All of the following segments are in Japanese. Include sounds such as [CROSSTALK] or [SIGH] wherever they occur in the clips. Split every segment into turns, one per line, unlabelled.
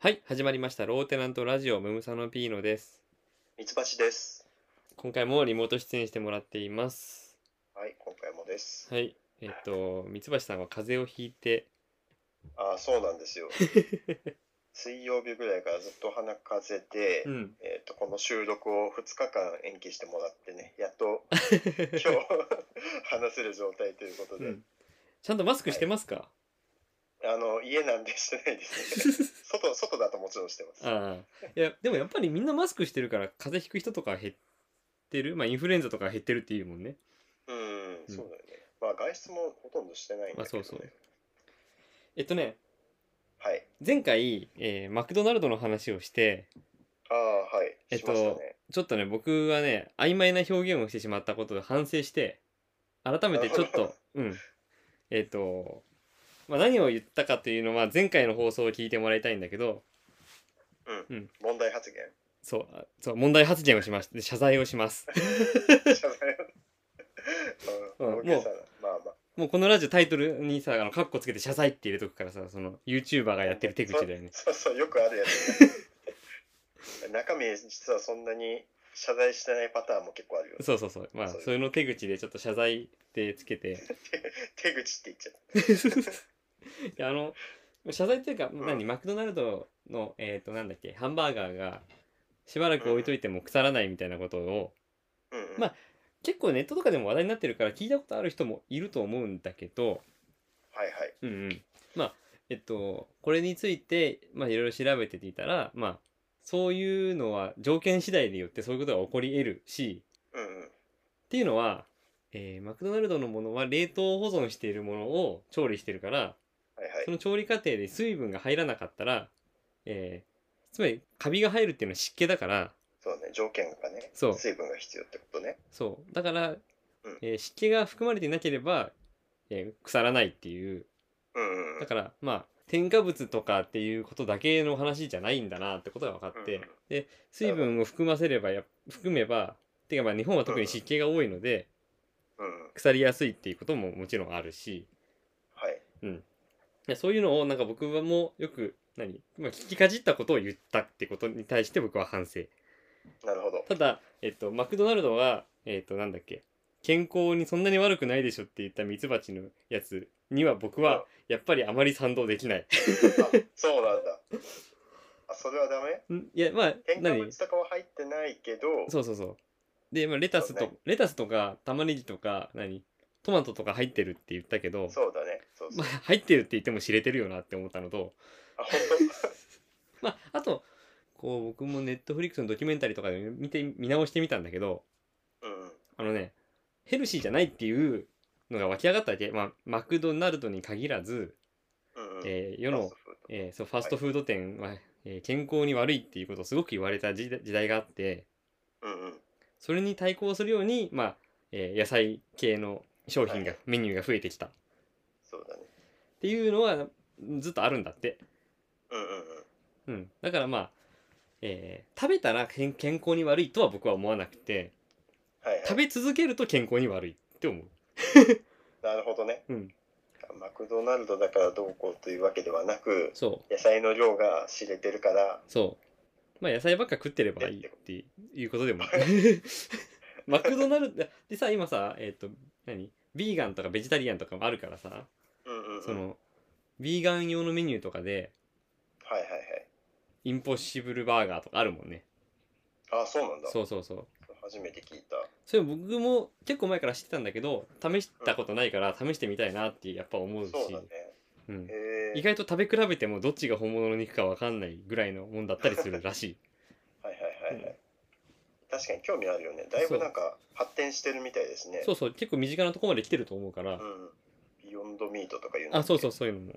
はい、始まりました。ローテナントラジオムムサノピーノです。
三橋です。
今回もリモート出演してもらっています。
はい、今回もです。
はい、えっと、三橋さんは風邪をひいて。
ああ、そうなん [LAUGHS] ですよ。水曜日ぐらいからずっと鼻風邪で、うん、えーと、とこの収録を2日間延期してもらってねやっ [LAUGHS] と今日話せる状態ということで、うん、
ちゃんとマスクしてます
[LAUGHS]
か、
はい、あの家なんでしてない [LAUGHS] ですね外外だともちろんしてます
あいやでもやっぱりみんなマスクしてるから風邪ひく人とか減ってるまあインフルエンザとか減ってるっていうもんね
うん、うん、そうだよねまあ外出もほとんどしてないんだけど、ね、そうそう
えっとね
はい、
前回、えー、マクドナルドの話をして
ああはい
えっと、ね、ちょっとね僕はね曖昧な表現をしてしまったことで反省して改めてちょっとうんえっと、まあ、何を言ったかというのは前回の放送を聞いてもらいたいんだけ
ど、うん、うん、問題発言 [LAUGHS]
そうそう問題発言をしまして謝罪をします
謝罪を、 [LAUGHS] うん、もうまあまあ
もうこのラジオタイトルにさ、あの、カッコつけて謝罪って入れとくからさ、その、YouTuber がやってる手口だよね。
そうそう、よくあるやつ、ね。 [LAUGHS] 中身、実はそんなに謝罪してないパターンも結構あるよ、ね。
そうそうそう。まあ、それの手口でちょっと謝罪ってつけて。
手口って言っちゃった。
いや、あの、謝罪っていうか、何、うん、マクドナルドの、えっ、ー、と、なんだっけ、ハンバーガーが、しばらく置いといても腐らないみたいなことを、
うん、うん、
まあ、結構ネットとかでも話題になってるから聞いたことある人もいると思うんだけど
はいはい
うんうんまあえっとこれについてまあいろいろ調べてみたらまあそういうのは条件次第によってそういうことが起こり得るし、
うんうん、って
いうのは、えー、マクドナルドのものは冷凍保存しているものを調理してるから、
はいはい、
その調理過程で水分が入らなかったら、えー、つまりカビが入るっていうのは湿気だから、
そうね、条件がね、
そう
水分が必要ってことね。。
そう。だから、うん、えー、湿気が含まれていなければ、えー、腐らないっていう
うん、うん、
だから、まあ、添加物とかっていうことだけの話じゃないんだなってことが分かって、うん、で、水分を含ませればや、含めば、てかまあ日本は特に湿気が多いので、
うんうん、
腐りやすいっていうことももちろんあるし、
はい。
うん。そういうのをなんか僕はもうよく何、まあ、聞きかじったことを言ったってことに対して僕は反省。
なるほど。
ただ、えっと、マクドナルドは、えっと、なんだっけ、健康にそんなに悪くないでしょって言ったミツバチのやつには僕は、やっぱりあまり賛同できない。
そうなんだ。あ、それはダメ
んいや、まあ、
添加物とかは入ってないけど、
そうそうそう。で、まあ、レタスと、ね、レタスとか、玉ねぎとか、何トマトとか入ってるって言ったけど、
そうだね。そうそう
まあ、入ってるって言っても知れてるよなって思ったのと、
あ、本当
まあ、あと、こう僕もネットフリックスのドキュメンタリーとかで見て見直してみたんだけ
ど、うん、
あのねヘルシーじゃないっていうのが湧き上がったわけ、まあ、マクドナルドに限らず、
う
[LAUGHS]
ん、
えー、世のファ,、えー、そうファストフード店は、はい、えー、健康に悪いっていうことをすごく言われた時代があって、
うん、
それに対抗するように、まあえー、野菜系の商品が、はい、メニューが増えてきた
そうだ、ね、って
いうのはずっとあるんだって。
うん
うんうん、だからまあえー、食べたら健康に悪いとは僕は思わなくて、
はいはい、
食べ続けると健康に悪いって思う
なるほどね、
うん、
マクドナルドだからどうこうというわけではなく
そう
野菜の量が知れてるから
そうまあ野菜ばっか食ってればいいっていうことで
[LAUGHS]
もマクドナルドでさ今さえっ、ー、と何ビーガンとかベジタリアンとかもあるからさ、
うんうんうん、
そのビーガン用のメニューとかで
はいはいはい
インポッシブルバーガーとかあるもんね
あそうなんだ
そうそうそう
初めて聞いた
それ僕も結構前から知ってたんだけど試したことないから試してみたいなってやっぱ思うし、
うん、そうだね、
うん、意外と食べ比べてもどっちが本物の肉か分かんないぐらいのもんだったりするらしい
はいはいはいはい、うん、確かに興味あるよねだいぶなんか発展してるみたいですね、
そうそう結構身近なとこまで来てると思うから、うん
ビヨンドミートとかいう
のあそうそうそういうのも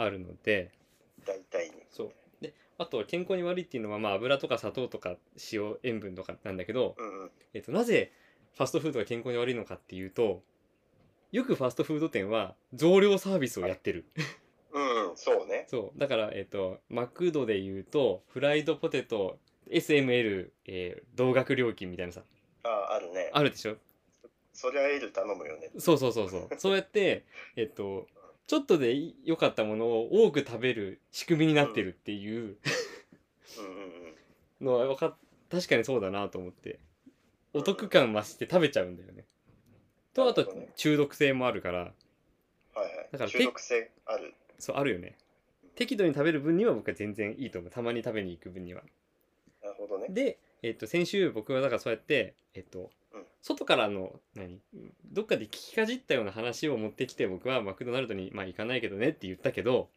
あるので、
大体に
そうであと健康に悪いっていうのは、まあ、油とか砂糖とか塩塩分とかなんだけど、
うんうん、
えー、っと、となぜファストフードが健康に悪いのかっていうとよくファストフード店は増量サービスをやってる。
はい、うん、そうね。
そう。だから、えっ、と、マクドで言うと、フライドポテト、SML、えー、同額料金みたいなさ。
あ、あるね。
あるでしょ
そりゃエル頼むよね。
そうそうそうそう。そうやって、えっ、と、ちょっとで良かったものを多く食べる仕組みになってるっていう
うんうんうん。
のは分かっ確かにそうだなと思ってお得感増して食べちゃうんだよね。とあと
なるほどね
中毒性もあるから
はい
だか
は
ら
い。中毒性ある。
そうあるよね。適度に食べる分には僕は全然いいと思うたまに食べに行く分には。
なるほどね。
で、えっと、先週僕はだからそうやって、えっと
うん
外からの何どっかで聞きかじったような話を持ってきて僕はマクドナルドに、まあ、行かないけどねって言ったけど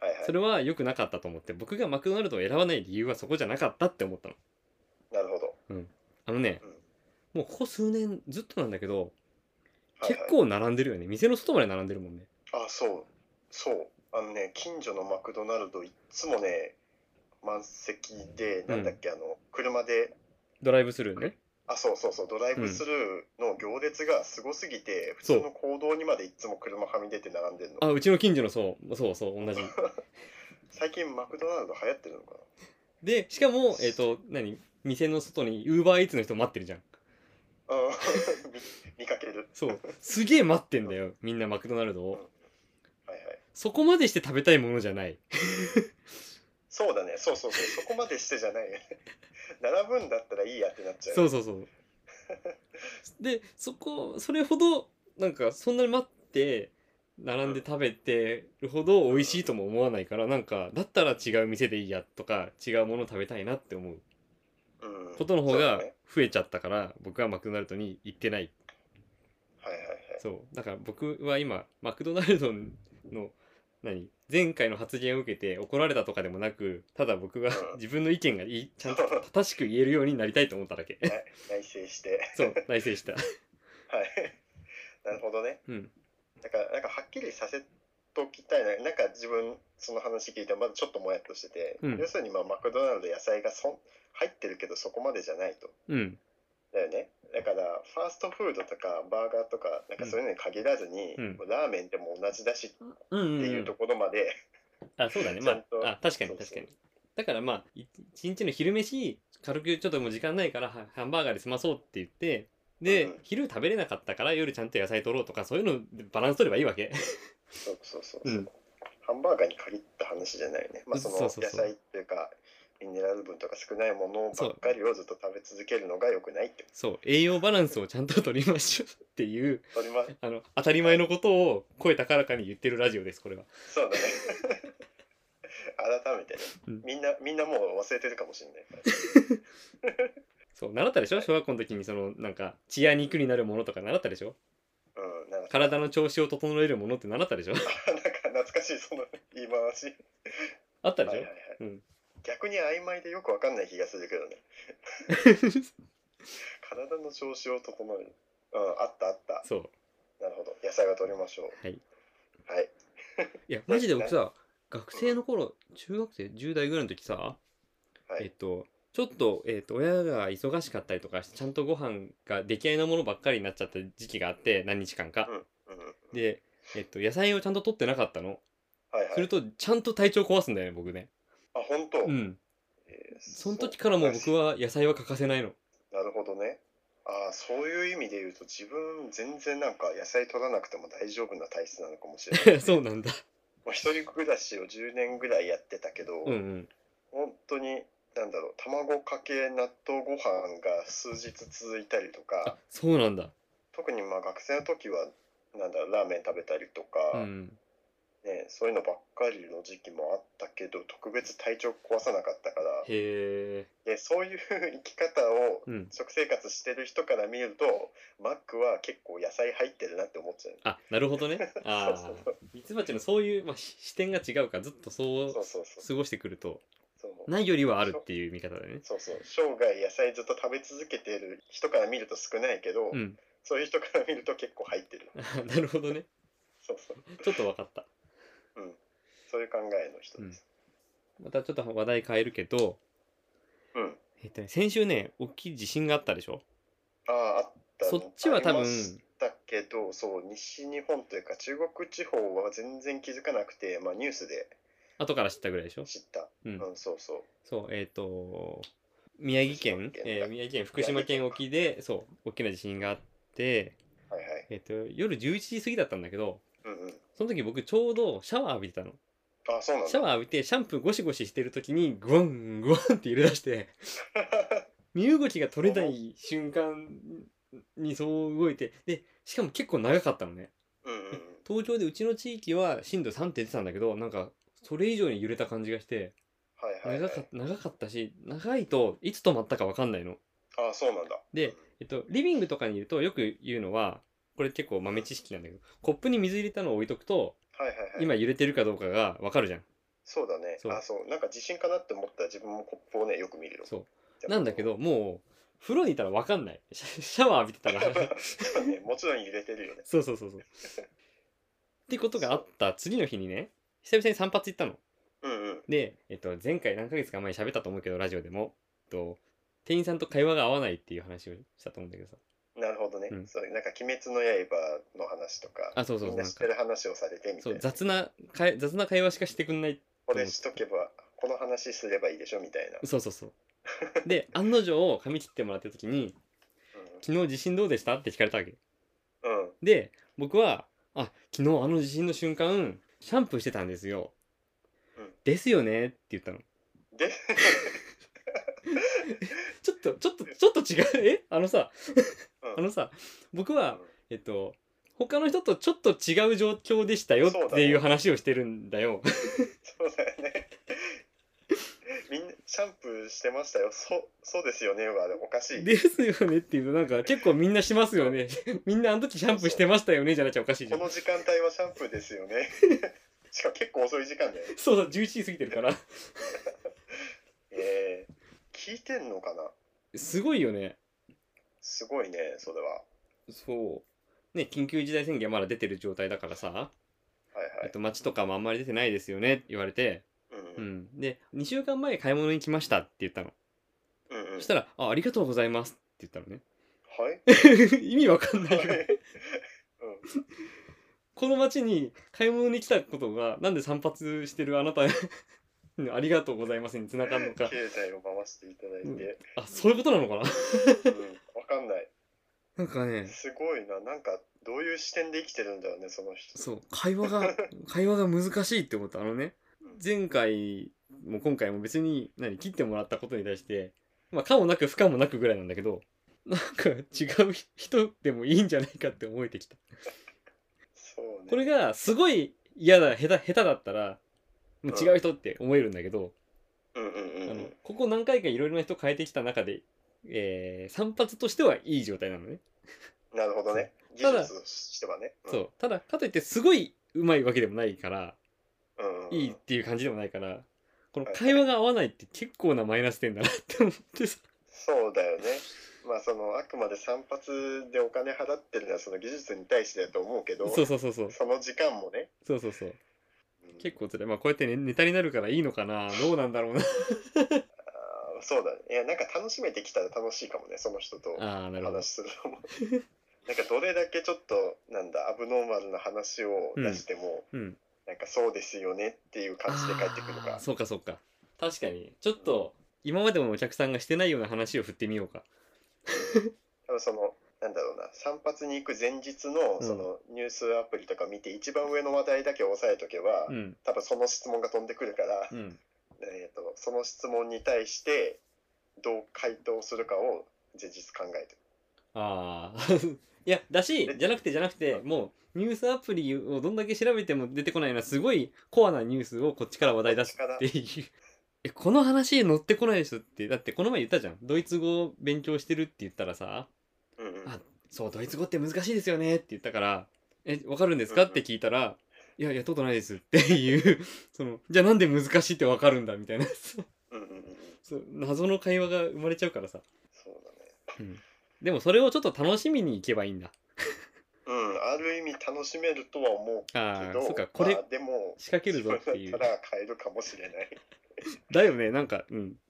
はいはい
そ。れは良くなかったと思って僕がマクドナルドを選ばない理由はそこじゃなかったって思ったの。
なるほど。
あのね
うん
もうここ数年ずっとなんだけど
はい
結
はい。
構並んでるよね店の外まで並んでるもんね。
あ、そう。そう。あのね、近所のマクドナルド、いっつもね、満席で、なんだっけ、あの、車で、
ドライブスルーね。
あ、そうそうそう、ドライブスルーの行列がすごすぎて、普通の行動にまでいっつも車はみ出て並んでる
あ
の。
うちの近所のそうそうそう同
[LAUGHS]
じ。
最近マクドナルド流行ってるのかな
でしかもえっ、と何店の外にウーバーイーツの人待ってるじゃん。
うん
[LAUGHS]
見見かける。
そうすげえ待ってんだよみんなマクドナルドを。
はいはい。
そこまでして食べたいものじゃない。
そうだね、そうそうそう、そこまでしてじゃない。並ぶんだったらいいやってなっちゃう。
そうそう
[LAUGHS]
そう。で、そこ、それほど、なんか、そんなに待って、並んで食べてるほど美味しいとも思わないから、なんか、だったら違う店でいいやとか、違うもの食べたいなって思う
うん
ことの方
そうだ
が
ね
増えちゃったから、僕はマクドナルドに行ってない。
はいはいはい。
そう。だから僕は今、マクドナルドの、何前回の発言を受けて怒られたとかでもなく、ただ僕が
うん
自分の意見がい
[LAUGHS]
い、ちゃんと正しく言えるようになりたいと思っただけ。
はい内省して。
そう、内省した。
はい。なるほどね。
うん。
だから、なんかはっきりさせときたいな。なんか自分、その話聞いて、まだちょっともやっとしてて、
うん
要するに、まあ、マクドナルド野菜がそん入ってるけど、そこまでじゃないと。
うん。
だよね。だから、ファーストフードとか、バーガーとか、なんかそういうのに限らずに、
うん
もうラーメンでも同じだしっ
うんうん
て
うん、
いうところまで、
あそうだね
ち
ま
ゃんと
ああ確かに
そうそ
確
う
かにだからまあい一日の昼飯軽くちょっともう時間ないからはハンバーガーで済まそうって言ってで、
うん
昼食べれなかったから夜ちゃんと野菜取ろうとかそういうのでバランス取ればいいわけ
そうそうそう
う
そうんハンバーガーに限った話じゃないよね。まあ、その
そうそうそう
野菜っていうか、ミネラル分とか少ないものばっかりをずっと食べ続けるのが良くないってこ
そう栄養バランスをちゃんと取りましょうっていう [LAUGHS]
と。取ります
あの当たり前のことを声高らかに言ってるラジオですこれは
そうだね。改めてね
うん。
みんな、みんなもう忘れてるかもしれないから。
そう習ったでしょ小学校の時にそのなんか血や肉になるものとか習ったでしょ
うん、なん
[LAUGHS]
か、
体の調子を整えるものって習ったでしょ [LAUGHS]
なんか懐かしい、その言い回し。
あったでしょ、
はいはいはい
うん
逆に曖昧でよくわかんない気がするけ
[LAUGHS]
どね。体の調子を整える。うん、あったあった。
そう
なるほど。野菜は取りましょう。
はい。
はい。
いやマジで僕さ学生の頃中学生10代ぐらいの時さ、
はい
えっとちょっと,、えっと親が忙しかったりとかしてちゃんとご飯が出来合いのものばっかりになっちゃった時期があって何日間か、
うん。
で、えっと野菜をちゃんと取ってなかったの、
はいはい。
するとちゃんと体調壊すんだよね僕ね
あ、本当。
うん
えー
その時からもう僕。は野菜は欠かせないの
なるほどね。ああ、そういう意味で言うと、自分全然なんか野菜取らなくても大丈夫な体質なのかも
[LAUGHS]
しれない。
そうなんだ
もう一人暮らしを10年ぐらいやってたけど、
うんうん
本当に、なんだろう、卵かけ納豆ご飯が数日続いたりと
あ
か、
そうなんだ
特にまあ学生の時は、なんだろう、ラーメン食べたりとか、
うん
ね、そういうのばっかりの時期もあったけど、特別体調壊さなかったから、
へえ
でそういう生き方を
うん
食生活してる人から見ると、マックは結構野菜入ってるなって思っちゃう。
あなるほどねああ [LAUGHS] ミツバチのそういう、まあ、し視点が違うからずっとそう
そうそうそう。
過ごしてくると
そう
ないよりはあるっていう見方だよね。
そうそう生涯野菜ずっと食べ続けてる人から見ると少ないけど、
うん。
そういう人から見ると結構入ってる
なるほどね。
そうそう
ちょっと分かった。
そういう考えの人です
またちょっと話題変えるけど、
うん、
えっとね、先週ね、大きい地震があったでしょ
あああった
そっちは多分
ありましたけどそう西日本というか中国地方は全然気づかなくて、まあ、ニュースで
後から知ったぐらいでしょ
知った
うん
うん、そうそう
そう、えっ、と、宮城県
福島県、
えー宮城県、福島県沖で、そう、大きな地震があって、
はいはい
えっ、と、夜11時過ぎだったんだけど、
うんうん。
その時僕ちょうどシャワー浴びてたの。
あ、そうなん
シャ
だ。
ワー浴びてシャンプーゴシゴシしてる時にグワングワンって揺れ出して、身動きが取れない瞬間にそう動いて、で、しかも結構長かったのね。
[LAUGHS] うんうんうん。
東京でうちの地域は震度3って出てたんだけど、なんかそれ以上に揺れた感じがして、
はいはい、は
長
い
か長かったし、長いといつ止まったかわかんないの。
あ、そうなんだ。
でえっと、リビングとかにいるとよく言うのは、これ結構豆知識なんだけど、コップに水入れたのを置いとくと、
はいはいはい。
今揺れてるかどうかがわかるじゃん。
そうだね
そう
あ、そう。なんか地震かなって思ったら自分もコップをね、よく見るよ。
そ
で
う。
も
なんだけ。ど、もう、風呂にいたらわかんない。 [LAUGHS] シャシャワー浴びてたら。 [LAUGHS]
そうね、もちろん揺れてるよね。
そうそうそうそう。ってことがあった次の日にね、久々に散髪行ったの。
うんうん。
で、えっと、前回何ヶ月か前に喋ったと思うけど、ラジオでも、えっと、店員さんと会話が合わないっていう話をしたと思うんだけどさ。
なるほどね。
うん
そういうなんか「鬼滅の刃」の話とか、
あ、そうそう
み
そう。
んな
なん
知っ
か
て、る話をされてみた
そ、
いうな。
雑な会、雑な会話しかしてくんない
これしとけば、この話すればいいでしょみたいな。
そうそうそう。
[LAUGHS]
で、案の定、髪切ってもらってる時に、昨日地震どうでしたって聞かれたわけ。
うん。うん。
で、僕は、あ、昨日あの地震の瞬間、シャンプーしてたんですよ。
うん
ですよねって言ったの。
で、
ちょっと、ちょっと、ちょっと違う。え [LAUGHS] あのさ、
うん
あのさ、僕
う
は、
ん
えっと、他の人とちょっと違う状況でしたよ
そうだね
っていう話をしてるんだよ。
そうだよね。みんな、シャンプーしてましたよ。そう、そうですよね。はあれおかし
[LAUGHS]
い。
ですよねっていうと、なんか結構みんなしますよね。 [LAUGHS] みんなあの時シャンプーしてましたよねじゃなきゃおかしいじ
こ
ゃん。
の時間帯はシャンプーですよね。 [LAUGHS] しかも結構遅い時間だよ。
そうそう、11時過ぎてるから。
えー、聞いてんのかな
すごいよね。
すごいね、それは。
そう。ね、緊急事態宣言まだ出てる状態だからさ、
はいは
えっ
い。
と、街とかもあんまり出てないですよねって言われて、
う。
うんん。で、2週間前買い物に来ましたって言ったの。
うんうん。
そしたら、あ、ありがとうございますって言ったのね。 [LAUGHS]
はい。
意味わかんないよ。
うん。
この街に買い物に来たことが、なんで散髪してるあなたうんありがとうございますに繋がるのか。
経済を回していただいて、
あ、そういうことなの [LAUGHS] かな
うん、わかんない。
なんかね、
すごいな、なんか、どういう視点で生きてるんだろうね、その人。
そう、会話が、会話が難しいって思った。あのね
うん、
前回も今回も別に、何、切ってもらったことに対して、まあ、かもなく不可もなくぐらいなんだけど、なんか違う人でもいいんじゃないかって思えてきた。
そうね。
これがすごい嫌だ、下手、下手だったら、もう違う人って思えるんだけど、
うんうんうん
あ
う
の
ん。
ここ何回かいろいろな人変えてきた中で、えー散髪としてはいい状態なのね。
なるほどね。
た
技
だ
術としてはね。ん
そ。う。ただ、かといってすごいうまいわけでもないから、
うんうんうん、
いいっていう感じでもないから、この
はい
会話が合わないって結構なマイナス点だなって思ってさ。
そうだよね。まあ、その、あくまで散髪でお金払ってるのは、その技術に対してだと思うけど、
そうそうそうそう。
その時間もね。
そうそうそう。
うん
結構つらい。まあこうやってね、ネタになるからいいのかな。どうなんだろうな。
あーそうだね。いや、なんか楽しめてきたら楽しいかもね、その人と
ああ、な
お
るほど
話。しするのも。 [LAUGHS] なんかどれだけちょっと、なんだ、アブノーマルな話を出しても、
うん。
なんかそうですよねっていう感じで帰ってくる
あー
か。
そうかそうか。確かに。ちょっと、今までもお客さんがしてないような話を振ってみようか。
多分その、なんだろうな、散髪に行く前日の、そのニュースアプリとか見て、一番上の話題だけ押さえとけば、
うん。
多分その質問が飛んでくるから、
うん。
えー、とその質問に対してどう回答するかを前日考えて
ああ。 [LAUGHS] いや、だし、じゃなくてじゃなくて、もう、ニュースアプリをどんだけ調べても出てこないような、すごいコアなニュースをこっちから話題出すっていう。え、この話乗ってこない人って、だってこの前言ったじゃん。ドイツ語を勉強してるって言ったらさ、
る。うんうん、
あそう、ドイツ語って難しいですよねって言ったから、え、わかるんですかって聞いたら、いや、やったことないですっていう、 [LAUGHS] その、じゃあなんで難しいってわかるんだみたいな、 [LAUGHS] そう
うんうんうんうん、
そう謎の会話が生まれちゃうからさ。
そうだ
うん。でもそれをちょっと楽しみに行けばいいんだ。
ね。うん、ある意味楽しめるとは思う
あ
け
あ、
ど、
そうか、これ
まあ、でも、
仕掛けるぞってい
自
う
分。だったら変えるかもしれない。
だよね、なんか、うん。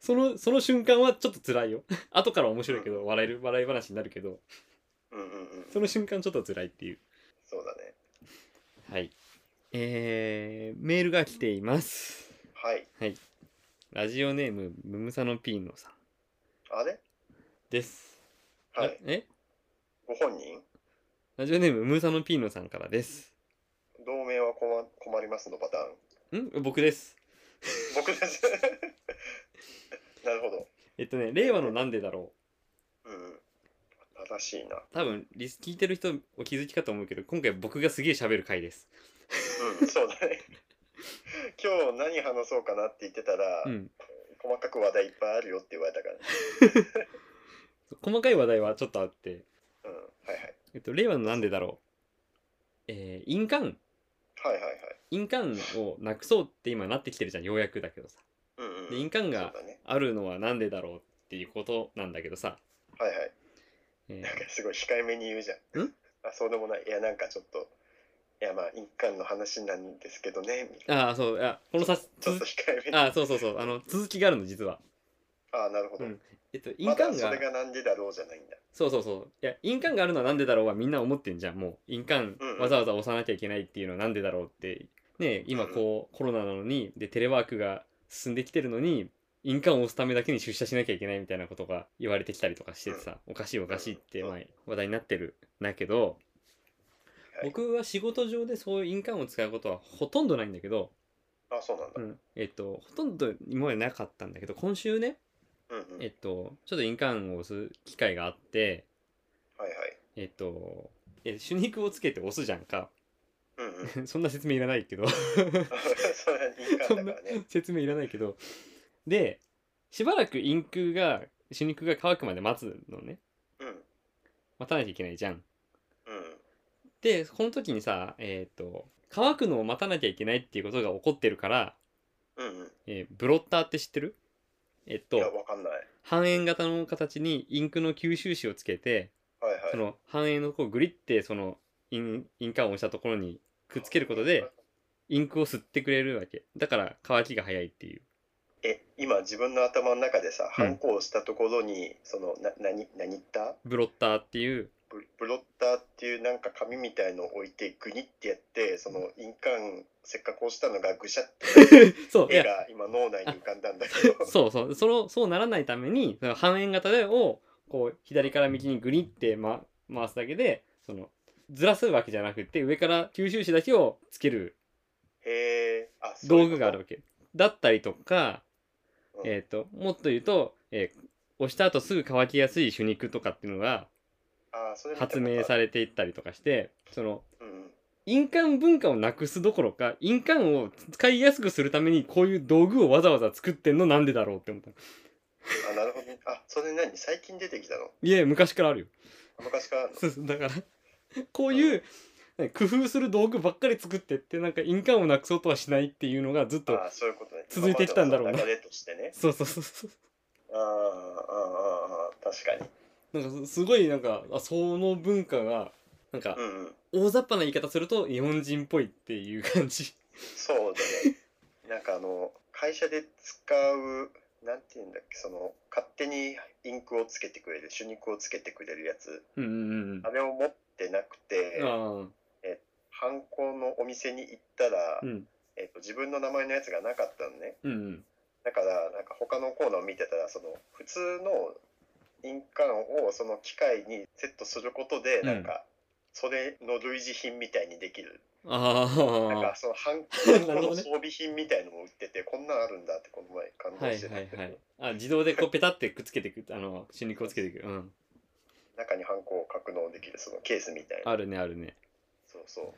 その、その瞬間はちょっと辛いよ。 [LAUGHS] 後から面白いけど、笑える、笑い話になるけど、
うんうんうん、
その瞬間ちょっと辛いっていう。
そうだね。
はい。えー、メールが来ています。
はい。
ラジオネーム、ムムサノピーノさん
あれ
です。
は
あ
い。
え
ご本人
ラジオネーム、ムムサノピーノさんからです。
同盟は困困りますのパターン。
ん僕です。
僕です。 [LAUGHS] なるほど。
えっとね、令和のなんでだろ
うん。正しいな。
う。多分、リス聞いてる人お気づきかと思うけど、今回僕がすげえ喋る回です。
うん、そうだね。今日何話そうかなって言ってたら、
うん。
細かく話題いっぱいあるよって言われたから。
細かい話題はちょっとあって、
うん。はいはい。
えっと、令和のなんでだろう。えー、印鑑。
はいはいはい。
印鑑をなくそうって今なってきてるじゃん、ようやくだけどさ。
うんうん。
で印鑑が
そうだね。
あるのはなんでだろうっていうことなんだけどさ。
はいはい。
え
なんかすごい控えめに言うじゃん。
ん
あ、そうでもない。いや、なんかちょっと、いや、まあ、印鑑の話なんですけどね、みたい
ー、ああ、そう、あ、このさ、
な。ちょっ
続
と
き、
控えめに。あ
あー、そうそうそう、あの、続きがあるの、実は。
あ、なるほど。
うんえっと、印
まだ
鑑
そ
が
れ、がなんでだろうじゃないんだ。
そうそうそう。いや、印鑑があるのはなんでだろうはみんな思ってんじゃん。もう、印鑑
うんうん
わざわざ押さなきゃいけないっていうのはなんでだろうって。ね今こう、コロナなのに、で、テレワークが進んできてるのに、印鑑を押すためだけに出社しなきゃいけないみたいなことが言われてきたりとかしててさ、おかしいおかしいって、
うん
まあ、話題になってるんだけど、
はい
僕は仕事上でそういう印鑑を使うことはほとんどないんだけど、
あ、そうなんだ
う。ん、えっと、ほとんど今までなかったんだけど、今週ね、
うんうん。
えっと、ちょっと印鑑を押す機会があって、
はいはい。
えっと、え、手肉をつけて押すじゃんか。 [LAUGHS]
うんうん。
そんな説明いらないけど。 [LAUGHS] そんな
それは印鑑だからね。
説明いらないけど。で、しばらくインクが、手肉が乾くまで待つのね。
うん。
待たなきゃいけないじゃん。
うん。
で、この時にさ、えっと、乾くのを待たなきゃいけないっていうことが起こってるから、
うんうん。
えーブロッターって知ってるえっ
いや、
と、
わかんない。
半円型の形にインクの吸収紙をつけて、
はいはい。
その半円のこうグリって、その、イン、インカーを押したところにくっつけることで、インクを吸ってくれるわけだから乾きが早いっていう
え、今自分の頭の中でさ、
うん
ハンコをしたところに、その、な、なに、何言った
ブロッターって
[LAUGHS]
いう
ブブロッターっていうなんか紙みたいのを置いてグニってやってその印鑑せっかく押したのがぐしゃって
そうい
絵
や
が今脳内に浮かんだんだ
[LAUGHS]
けど
そうそうそのそうならないためにその半円型でをこう左から右にグリって、ま、回すだけでそのずらすわけじゃなくて上から吸収紙だけをつける
へえあそう
道
いうこ
具
と
があるわけだったりとか、
うん
えー、ともっと言うと、えー押した後すぐ乾きやすい手肉とかっていうのが
あそれ見たこと
発
ある
明されていったりとかしてその
うん
印鑑文化をなくすどころか印鑑を使いやすくするためにこういう道具をわざわざ作ってんのなんでだろうって思った
あなるほどねあそれ何最近出てきたの
いや昔からあるよ [LAUGHS]
昔からあるの
そうそうだからこういうね工夫する道具ばっかり作ってってなんか印鑑をなくそうとはしないっていうのがずっと
あそういうことね
続いてきたんだろうな
今までの流れとしてね
そうそうそうそう
あーあーあーあー確かに
なんかすすごいなんかあその文化がなんか
うんうん
大雑把な言い方すると日本人っぽいっていう感じ
そうだね。なんかあの、会社で使う、なんていうんだっけ、その、勝手にインクをつけてくれる、手肉をつけてくれるやつ、
うんうんうん
あれを持ってなくて、
あ
ハンコのお店に行った
あ
ら、
うん
えっと、自分の名前のやつがなかったのね。
うんうん
だから、なんか他のコーナーを見てたら、その、普通の印鑑をその機械にセットすることで、
うん
なんか、それの類似品みたいにできる。
あ
なん
あ
かそのハンコ
[LAUGHS] なるほどね
の装備品みたいのも売ってて、こんなんあるんだってこの前感
は
動
い
して
は
た
い
けど、
はい。あ、自動でこうペタってくっつけてく、あの、手肉をつけてく。うん。
中にハンコを格納できるそのケースみたいな。
あるねあるね。
そうそ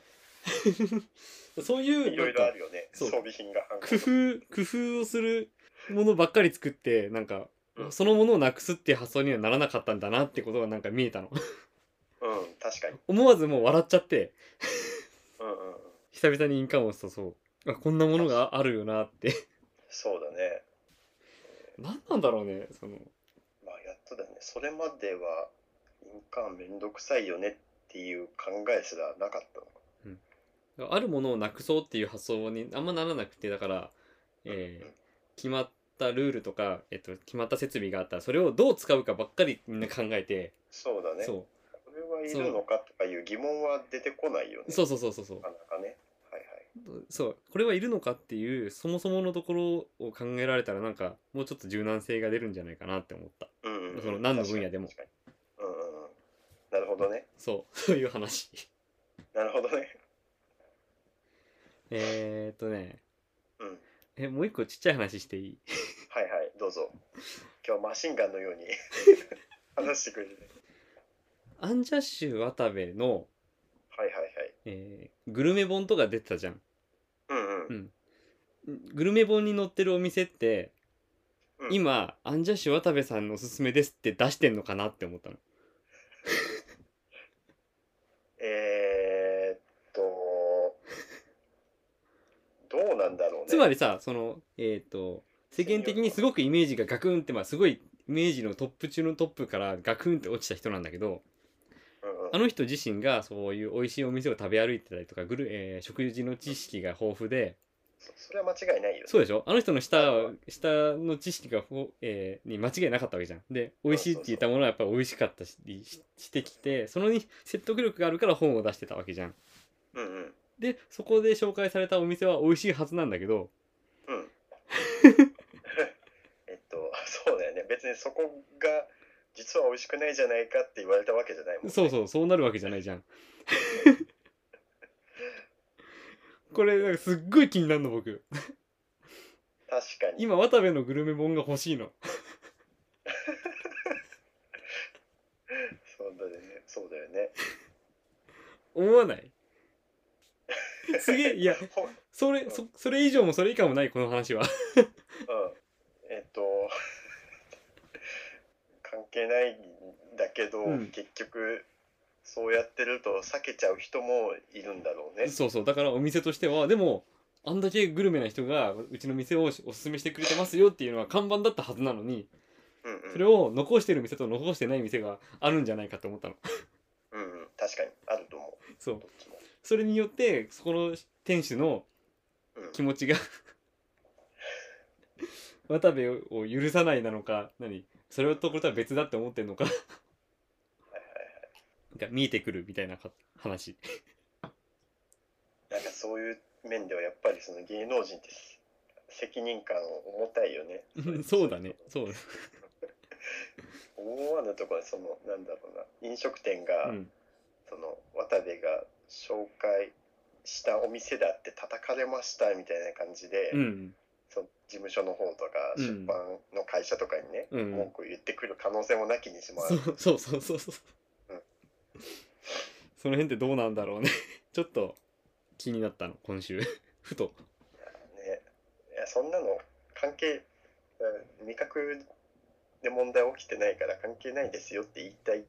う。
そういう、
いろいろあるよね。
そ
装
う
備品がハンコ
工夫、工夫をするものばっかり作って、なんか
う、ん
そのものをなくすっていう発想にはならなかったんだなってことがなんか見えたの。 [LAUGHS]
うん、確かに。
思わずもう笑っちゃって、
うんうんうん。
久々に印鑑を押すとそう。あ、こんなものがあるよな
[LAUGHS]
って。
そうだね。
何なんだろうね、その。
まあやっとだよね。それまでは印鑑めんどくさいよねっていう考えすらなかったのか。
あるものをなくそうっていう発想にあんまならなくて、だから、えー決まったルールとか、えっと、決まった設備があったら、それをどう使うかばっかりみんな考えて、
そうだね。こ
そ
れはいるのかとかいう疑問は出てこないよね。
うそうそうそうそうそう
なかなかね。はいはい。
そうこれはいるのかっていうそもそものところを考えられたらなんかもうちょっと柔軟性が出るんじゃないかなって思った
うんうん、
その何の分野でも
確かに確かにうんうんうん、なるほどね
[LAUGHS] そうそういう話
なるほどね
えー、っとね
うん。
えもう一個ちっちゃい話していい
はいはい、どうぞ。今日マシンガンのよう
[LAUGHS]
に話してくれるね。
アンジャッシュ渡部の、
はいはいはい。
えーグルメ本とか出てたじゃん
うんうん。
グルメ本に載ってるお店って、
うん
今アンジャッシュ渡部さんのおすすめですって出してんのかなって思ったの
えー、っと、どうなんだろうね。
つまりさそのえっ、と世間的にすごくイメージがガクンってまあすごいイメージのトップ中のトップからガクンって落ちた人なんだけど
うんうん、
あの人自身がそういう美味しいお店を食べ歩いてたりとかグル、えー食事の知識が豊富で
そそれは間違いないよね。
そうでしょあの人の下は下の知識がほ、えーに間違いなかったわけじゃん。で美味しいって言ったものはやっぱり美味しかったしししてきてそのに説得力があるから本を出してたわけじゃん。
うん
[LAUGHS]
うん。
でそこで紹介されたお店は美味しいはずなんだけど
うん。えっと、そうだよね。別にそこが実は美味しくないじゃないかって言われたわけじゃないもんね。
そうそうそうなるわけじゃないじゃ [LAUGHS] ん。これなんかすっごい気になるの僕
確かに。
今渡部のグルメ本が欲しいの
そうだよね。そうだよね。
思わない [LAUGHS] すげえいや
ほうん。
それそそれ以上もそれ以下もないこの話は
えっと、 [LAUGHS] 関係ないんだけど、
うん
結局、そうやってると避けちゃう人もいるんだろうね。
そうそうだからお店としてはでもあんだけグルメな人がうちの店をおすすめしてくれてますよっていうのは看板だったはずなのに
うんうん、
それを残してる店と残してない店があるんじゃないかと思ったの
うんうん、確かに、あると思う。
そう
どっちも。
それによってそこの店主の
うん
気持 [LAUGHS] ちが渡部を許さないなのか何それとこれとは別だって思ってんのかが見えてくるみたいなか話 [LAUGHS]
なんかそういう面ではやっぱりその芸能人って責任感重たいよね
うん。そうだねそうだ
思わぬところでそのなんだろうな飲食店が、
うん
その渡部が紹介したお店だって叩かれましたみたいな感じで、
うん
その事務所の方とか
うん
出版の会社とかにね、
うん
文句言ってくる可能性もなきにしもあ
そ
ら
う
ず
そうそうそうそう
うん
その辺ってどうなんだろうね [LAUGHS] ちょっと気になったの今週 [LAUGHS] ふと
ねいやそんなの関係うん味覚で問題起きてないから関係ないですよって言いたい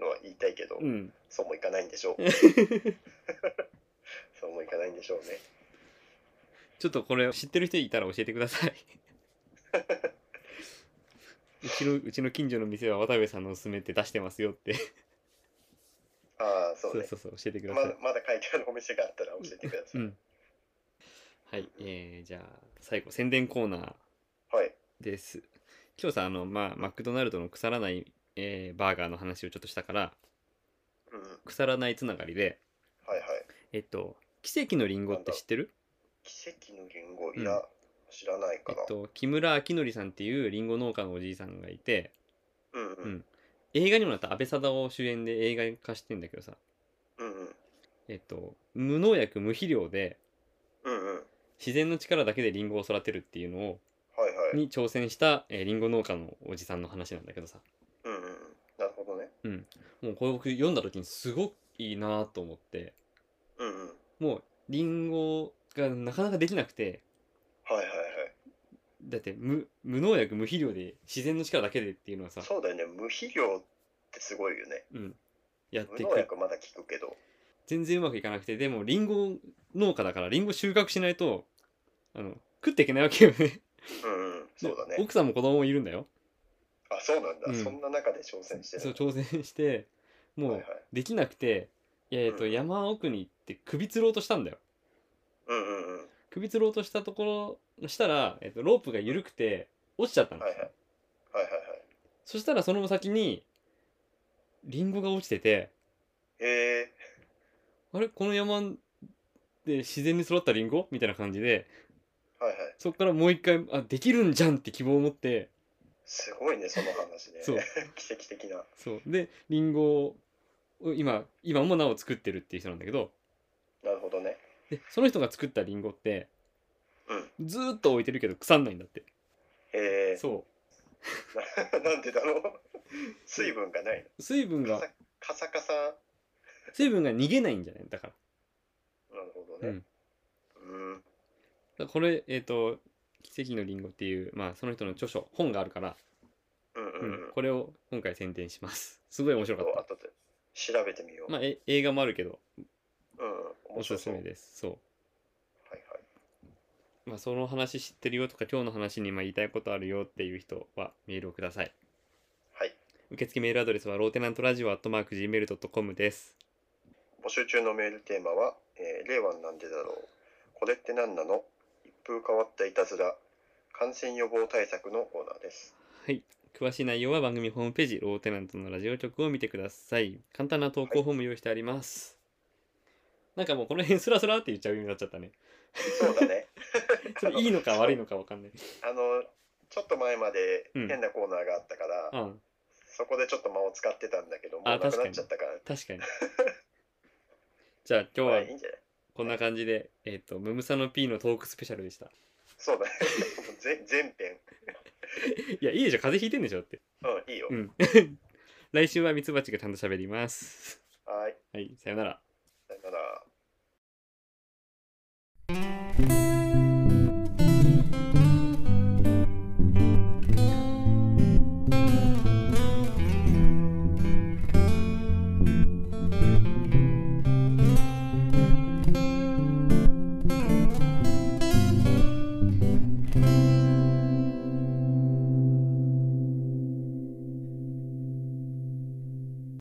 のは言いたいけど、
うん
そうもいかないんでし
[LAUGHS]
ょうそうもいかないんでしょうね
ちょっとこれ知ってる人いたら教えてください [LAUGHS] うちのうちの近所の店は渡部さんのおすすめって出してますよって
ああ
そ,、
そううね
そうそう教えてくだ
ま
さい、
だまだ書いてあるお店があったら教えてくださ
う
い、
んはいえー、じゃあ最後宣伝コーナー
はい
です今日さあのまあマクドナルドの腐らない、えーバーガーの話をちょっとしたから
うんはい
腐らないつながりで
はい
えっと奇跡のリンゴって知ってる
奇跡のリンゴいや、知らない
え
か
っ
な、
と木村明則さんっていうリンゴ農家のおじいさんがいて
うんう
うんん映画にもなった阿部サダヲ主演で映画化してんだけどさ
うんうん
えっと無農薬無肥料で
うんうんはい
自然の力だけでリンゴを育てるっていうのを
はい
に挑戦した、えー、リンゴ農家のおじさんの話なんだけどさ
うんうんうんなるほどね
もうこれ僕読んだ時にすごくいいなと思って
うんうん
もうリンゴがなかなかできなくて
はいはいはい
だって無無農薬無肥料で自然の力だけでっていうのはさ、
そうだよね無肥料ってすごいよね
うん、やっ
無
てい
農
く
薬まだ効くけど
全然うまくいかなくてでもリンゴ農家だからリンゴ収穫しないとあの食っていけないわけよね
うんうんそうだ
で
ね
奥さんも子供もいるんだよ
あそうなんだ、
うん
そんな中で挑戦して
そう
る
挑戦しても
はいは
う
い
できなくて、えーと
うん
山奥に行って首吊ろうとしたんだよ
うんうんうん
首吊ろうとしたところしたら、えー、とロープが緩くて落ちちゃったの、
はいはいはいはいはい
そしたらその先にリンゴが落ちてて
へえ
あれこの山で自然に育ったリンゴみたいな感じで
はいはい
そこからもう一回あできるんじゃんって希望を持って
すごいねその話ね
そう
奇跡的な
そうでリンゴを今今もなお作ってるっていう人なんだけど
なるほどね
でその人が作ったリンゴって
うん。
ずーっと置いてるけど腐んないんだって
え
そ
ー、 [LAUGHS] なんでだろう。水分がない。
う水分
カ
が
サカサカサ。
水分が逃げないんじゃないだから
なるほどね。うん。
だからこれえっ、と「奇跡のリンゴ」っていうまあその人の著書本があるから、
うんう
うんん
うん。
これを今回宣伝しますすごい面白か
と
っ
後で調べてみよ
た
う。
まあえ映画もあるけど
うん。
おすすめ
で。
ですそ
はいは
うまあその話知ってるよとか今日の話にまあ言いたいことあるよっていう人はメールをください
い。はい。
受付メールアドレスはローテナントラジオアットマーク Gmail.com です
募集中のメールテーマは、えー令和なんでだろう。これって何なの一風変わったいたずら。感染予防対策のコーナーです。
はい詳しい内容は番組ホームページローテナントのラジオ局を見てください簡単な投稿フォーム用意してあります、なんかもうこの辺スラスラって言っちゃうようになっちゃった [LAUGHS] ね
そうだ
[LAUGHS]
ね。
それいいのか悪いのかわかんない
あの、ちょっと前まで
うん
変なコーナーがあったから、
うん
そこでちょっと間を使ってたんだけど、もう
あ
なく
確か
な
に
っちゃったから。
確かに [LAUGHS] じゃあ今日
まあ
はい
いんじゃない
こんな感じで、えっ、と、ムムサノ P のトークスペシャルでした。
そうだね。 [LAUGHS] もう全全編。
いや、いいでしょ、風邪ひいてんでしょって。
うん、いいよ。
うん。来週はミツバチがちゃんと喋ります。
はい。
はい、さよなら。
さよなら。